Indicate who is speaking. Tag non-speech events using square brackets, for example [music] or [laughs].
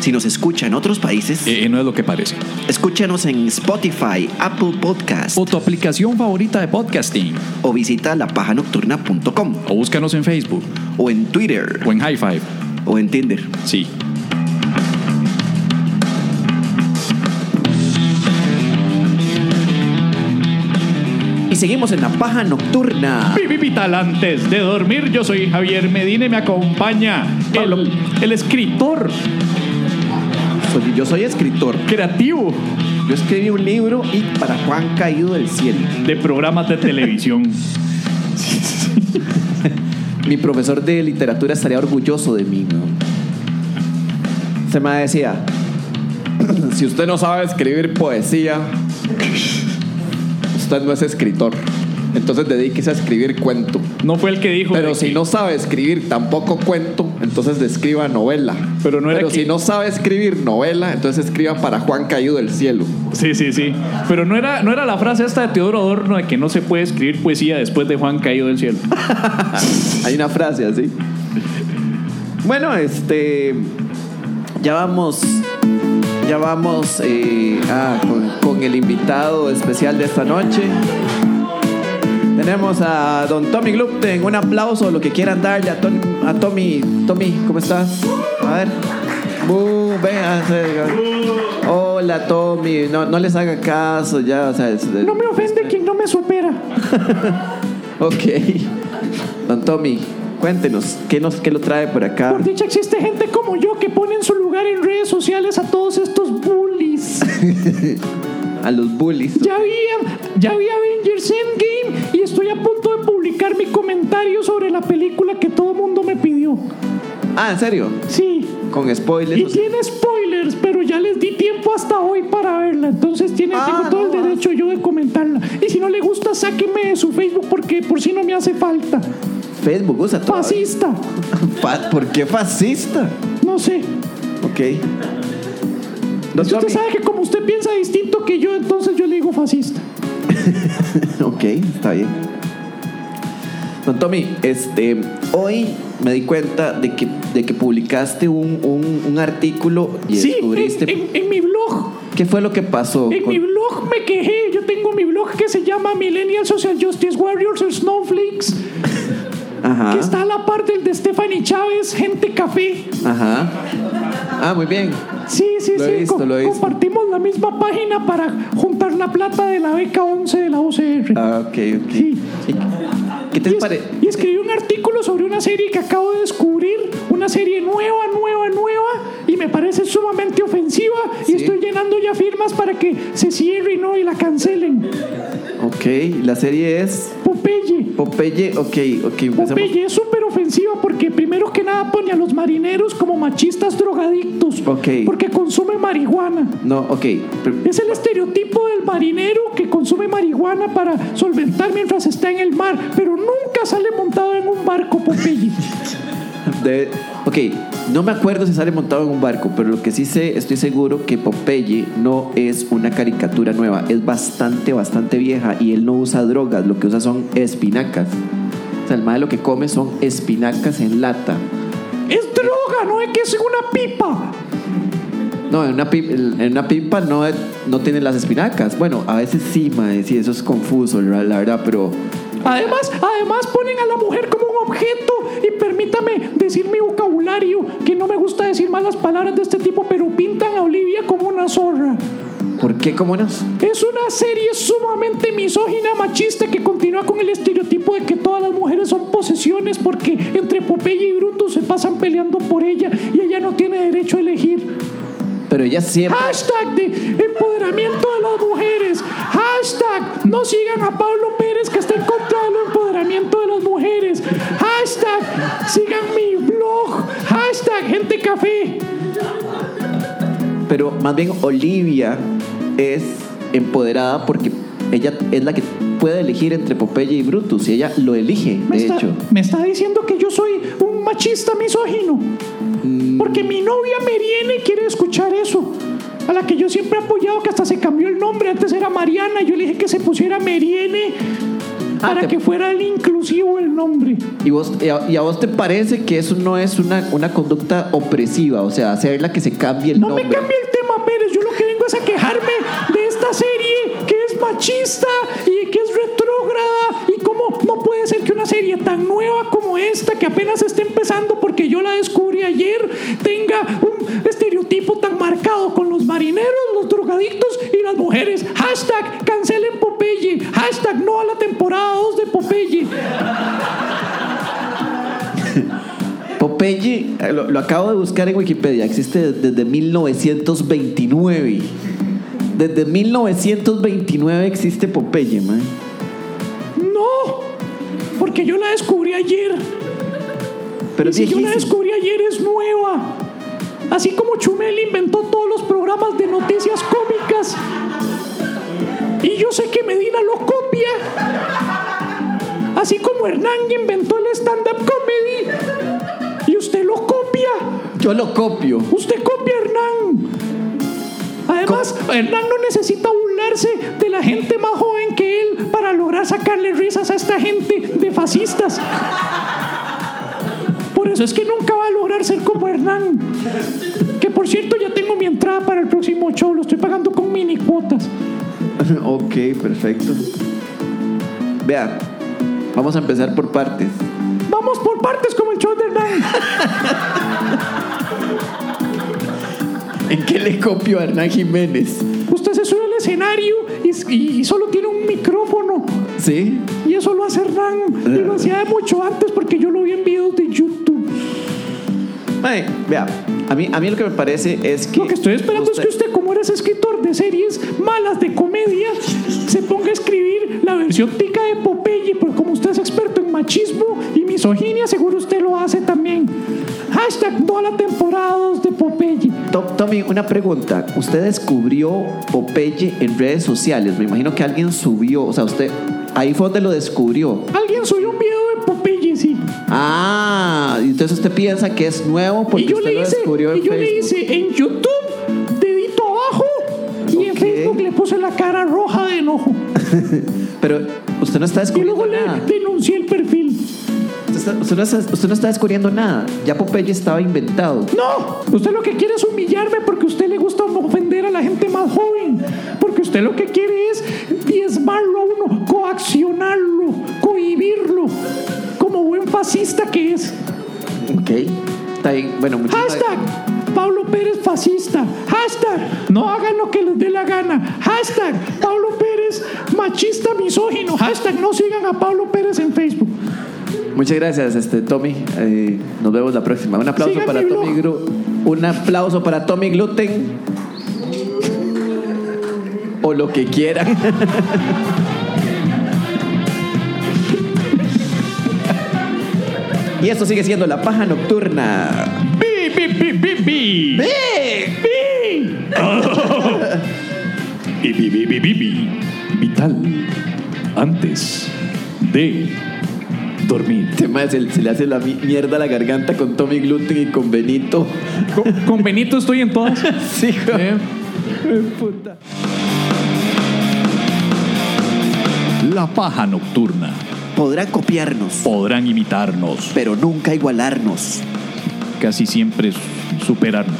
Speaker 1: Si nos escucha en otros países,
Speaker 2: Eh, no es lo que parece.
Speaker 1: escúchanos en Spotify, Apple Podcast
Speaker 2: O tu aplicación favorita de podcasting.
Speaker 1: o visita lapajanocturna.com
Speaker 2: O búscanos en Facebook.
Speaker 1: o en Twitter
Speaker 2: O en High Five.
Speaker 1: o en Tinder.
Speaker 2: Sí.
Speaker 1: Y seguimos en La Paja Nocturna.
Speaker 2: Vivi vital antes de dormir. Yo soy Javier Medina y me acompaña
Speaker 1: Pablo.
Speaker 2: el, el escritor
Speaker 1: Soy- yo soy escritor.
Speaker 2: creativo
Speaker 1: Yo escribí un libro y para Juan Caído del Cielo.
Speaker 2: de programas de [laughs] televisión.
Speaker 3: Mi profesor de literatura estaría orgulloso de mí, ¿no? Se me decía, [clears throat] si usted no sabe escribir poesía, usted no es escritor. Entonces dedíquese a escribir cuento.
Speaker 2: No fue el que dijo.
Speaker 3: Pero
Speaker 2: de
Speaker 3: si
Speaker 2: que-
Speaker 3: no sabe escribir tampoco cuento, entonces escriba novela.
Speaker 2: Pero no era que-
Speaker 3: si no sabe escribir novela, entonces escriba para Juan Caído del Cielo.
Speaker 2: Sí, sí, sí. Pero no era, no era la frase esta de Teodoro Adorno de que no se puede escribir poesía después de Juan caído del cielo.
Speaker 3: Hay una frase así.
Speaker 1: Bueno, este.
Speaker 3: Ya vamos, ya vamos eh, ah, con, con el invitado especial de esta noche. Tenemos a don Tommy Glupten, un aplauso, lo que quieran darle a, Ton- a Tommy. Tommy, ¿cómo estás? A ver. Bu, ven, acerca. Hola Tommy, no, no les haga caso ya, o sea, es-
Speaker 2: me
Speaker 3: Este-
Speaker 2: ofende quien no me supera.
Speaker 3: ok. Don Tommy, cuéntenos, ¿qué, nos, ¿qué lo trae por acá?
Speaker 2: dicha existe gente como yo que pone en su lugar en redes sociales a todos estos bullies.
Speaker 3: A los bullies.
Speaker 2: Ya vi, ya vi Avengers Endgame y estoy a punto de publicar mi comentario sobre la película que todo mundo me pidió.
Speaker 3: Ah, ¿en serio?
Speaker 2: Sí.
Speaker 3: Con spoilers.
Speaker 2: Y
Speaker 3: o sea-
Speaker 2: tiene spoilers, pero ya les di tiempo hasta hoy para verla. Entonces tiene,
Speaker 3: Ah,
Speaker 2: tengo todo
Speaker 3: no,
Speaker 2: el derecho yo de comentarla. Y si no le gusta, sáqueme de su Facebook porque por si no me hace falta.
Speaker 3: Facebook usa todo.
Speaker 2: Fascista.
Speaker 3: [laughs] Fa- ¿Por qué fascista?
Speaker 2: No sé.
Speaker 3: Ok. Don
Speaker 2: Si usted
Speaker 3: Tommy.
Speaker 2: sabe que como usted piensa distinto que yo, entonces yo le digo fascista.
Speaker 3: [laughs] Ok, está bien. Don Tommy, este, hoy me di cuenta de que, de que publicaste un, un- un artículo y
Speaker 2: sí,
Speaker 3: descubriste.
Speaker 2: en, en- en mi blog.
Speaker 3: ¿Qué fue lo que pasó?
Speaker 2: En
Speaker 3: con-
Speaker 2: mi blog me quejé. Yo tengo mi blog que se llama Millennial Social Justice Warriors and Snowflakes,
Speaker 3: Ajá. Ah.
Speaker 2: que está a la par del de Stephanie Chávez, Gente Café.
Speaker 3: Ajá. Ah, muy bien.
Speaker 2: Sí, sí,
Speaker 3: Lo
Speaker 2: sí.
Speaker 3: he visto,
Speaker 2: co-
Speaker 3: lo he visto.
Speaker 2: Compartimos la misma página para juntar la plata de la beca 11 de la UCR.
Speaker 3: Ah, ok, ok.
Speaker 2: Sí.
Speaker 3: ¿Y ¿Qué te
Speaker 2: Y, es-
Speaker 3: parece?
Speaker 2: y escribí un artículo sobre una serie que acabo de descubrir, una serie nueva, nueva, nueva, y me parece sumamente ofensiva. Y estoy llenando ya firmas para que se cierre y no y la cancelen.
Speaker 3: Ok, la serie es
Speaker 2: Popeye.
Speaker 3: Popeye. Ok, ok, empecemos.
Speaker 2: Popeye es súper ofensiva porque primero que nada pone a los marineros como machistas drogadictos
Speaker 3: Ok.
Speaker 2: porque consume marihuana.
Speaker 3: No, ok. pr-
Speaker 2: Es el estereotipo del marinero que consume marihuana para solventar mientras está en el mar, pero nunca sale montado en un barco, Popeye.
Speaker 3: Debe- ok, no me acuerdo si sale montado en un barco, pero lo que sí sé, estoy seguro que Popeye no es una caricatura nueva, es bastante, bastante vieja y él no usa drogas, lo que usa son espinacas. O sea, el mae lo que come son espinacas en lata.
Speaker 2: es droga, no es que es una pipa.
Speaker 3: No, en una, pip- en una pipa no, no tiene las espinacas. Bueno, a veces sí, mae, sí, eso es confuso, la la verdad, pero...
Speaker 2: Además, además ponen a la mujer como un objeto y permítame decir mi vocabulario, que no me gusta decir malas palabras de este tipo, pero pintan a Olivia como una zorra.
Speaker 3: ¿Por qué como no?
Speaker 2: Es una serie sumamente misógina, machista, que continúa con el estereotipo de que todas las mujeres son posesiones porque entre Popeye y Brutus se pasan peleando por ella y ella no tiene derecho a elegir.
Speaker 3: Pero ella siempre...
Speaker 2: Hashtag de empoderamiento de las mujeres. Hashtag no sigan a Pablo Pérez que está en contra del empoderamiento de las mujeres. Hashtag sigan mi blog. Hashtag gente café.
Speaker 3: Pero más bien Olivia es empoderada porque ella es la que puede elegir entre Popeye y Brutus, y ella lo elige,
Speaker 2: Me,
Speaker 3: de
Speaker 2: está,
Speaker 3: hecho.
Speaker 2: me está diciendo que yo soy un machista misógino.
Speaker 3: Mm.
Speaker 2: Porque mi novia Meriene quiere escuchar eso. A la que yo siempre he apoyado, que hasta se cambió el nombre. Antes era Mariana. Yo le dije que se pusiera Meriene
Speaker 3: Ah,
Speaker 2: para
Speaker 3: te-
Speaker 2: que fuera el inclusivo el nombre.
Speaker 3: Y, vos, y, a, y a vos te parece que eso no es una, una conducta opresiva, o sea, hacerla que se cambie el
Speaker 2: No
Speaker 3: nombre.
Speaker 2: me cambie el tema, Pérez. Yo lo que vengo es a quejarme de esta serie que es machista y que es retrógrada. Y cómo no puede ser que una serie tan nueva como esta, que apenas está empezando porque yo la descubrí ayer, tenga un estereotipo tan marcado con los marineros, los drogadictos y las mujeres. Hashtag cancelen Popeye. Hashtag no a la temporada 2 de Popeye.
Speaker 3: Popeye, eh, lo, lo acabo de buscar en Wikipedia, existe desde, 1929. Desde 1929 existe Popeye, man.
Speaker 2: No, porque yo la descubrí ayer.
Speaker 3: Pero
Speaker 2: Y
Speaker 3: es
Speaker 2: si yo la
Speaker 3: viejísimo.
Speaker 2: descubrí ayer es nueva. Así como Chumel inventó todos los programas de noticias cómicas. Y yo sé que Medina lo copia. Así como Hernán inventó el stand-up comedy. Y usted lo copia.
Speaker 3: Yo lo copio.
Speaker 2: Usted copia a Hernán. Además, Hernán no necesita burlarse de la gente más joven que él para lograr sacarle risas a esta gente de fascistas. Por eso es que nunca va a lograr ser como Hernán. Que por cierto, ya tengo mi entrada para el próximo show, lo estoy pagando con mini cuotas.
Speaker 3: [laughs] ok, perfecto. Vea, vamos a empezar por partes. [laughs]
Speaker 2: Vamos por partes como el show de Hernán.
Speaker 3: ¿En qué le copio a Hernán Jiménez?
Speaker 2: Usted se sube al escenario y, y solo tiene un micrófono.
Speaker 3: ¿Sí?
Speaker 2: Y eso lo hace Hernán.
Speaker 3: Eh.
Speaker 2: Y lo hacía mucho antes porque yo lo vi en videos de YouTube.
Speaker 3: Mae, vea, a mí, a mí lo que me parece es que...
Speaker 2: Lo que estoy esperando es que usted, como eres escritor de series malas de comedia, se ponga a escribir la versión tica de Popeye, porque como usted es experto en machismo y misoginia, seguro usted lo hace también. Hashtag no a la temporada 2 de Popeye.
Speaker 3: To- Tommy, una pregunta. Usted descubrió Popeye en redes sociales. Me imagino que alguien subió, o sea, usted ahí fue donde lo descubrió.
Speaker 2: Alguien subió un video de Popeye, sí.
Speaker 3: Ah, entonces usted piensa que es nuevo porque
Speaker 2: y yo
Speaker 3: usted
Speaker 2: le
Speaker 3: lo
Speaker 2: hice,
Speaker 3: descubrió en
Speaker 2: y yo
Speaker 3: Facebook.
Speaker 2: le hice en YouTube, dedito abajo, y en
Speaker 3: Ok.
Speaker 2: Facebook le puse la cara roja de enojo.
Speaker 3: Pero usted no está
Speaker 2: Y
Speaker 3: descubriendo
Speaker 2: luego le
Speaker 3: nada.
Speaker 2: denuncié el perfil.
Speaker 3: Usted, está- usted no está, usted no está descubriendo nada. Ya Popeye estaba inventado.
Speaker 2: No, usted lo que quiere es humillarme porque a usted le gusta ofender a la gente más joven. Porque usted lo que quiere es diezmarlo a uno, coaccionarlo, cohibirlo, como buen fascista que es.
Speaker 3: Ok. Está bien. Bueno, muchas
Speaker 2: Hashtag Pablo Pérez fascista. Hashtag no hagan lo que les dé la gana. Hashtag Pablo Pérez machista misógino. Hashtag no sigan a Pablo Pérez en Facebook.
Speaker 3: Muchas gracias, este, Tommy. Eh, nos vemos la próxima. Un aplauso
Speaker 2: Sigan
Speaker 3: para
Speaker 2: mi
Speaker 3: Tommy Gru- Un aplauso para Tommy Gluten. o lo que quieran. [laughs] y esto sigue siendo la paja nocturna.
Speaker 2: Pi, pi, pi, pi, pi.
Speaker 3: ¡Eh!
Speaker 2: Pi.
Speaker 4: Bibi, bibi, bibi. Vital. Antes de dormir.
Speaker 3: Tema es el- Este se le hace la mi- mierda a la garganta con Tommy Gluten y con Benito.
Speaker 2: Con, con Benito estoy en todas.
Speaker 3: Sí, güey.
Speaker 4: La paja nocturna.
Speaker 3: Podrán copiarnos,
Speaker 4: Podrán imitarnos.
Speaker 3: pero nunca igualarnos.
Speaker 4: Casi siempre superarnos.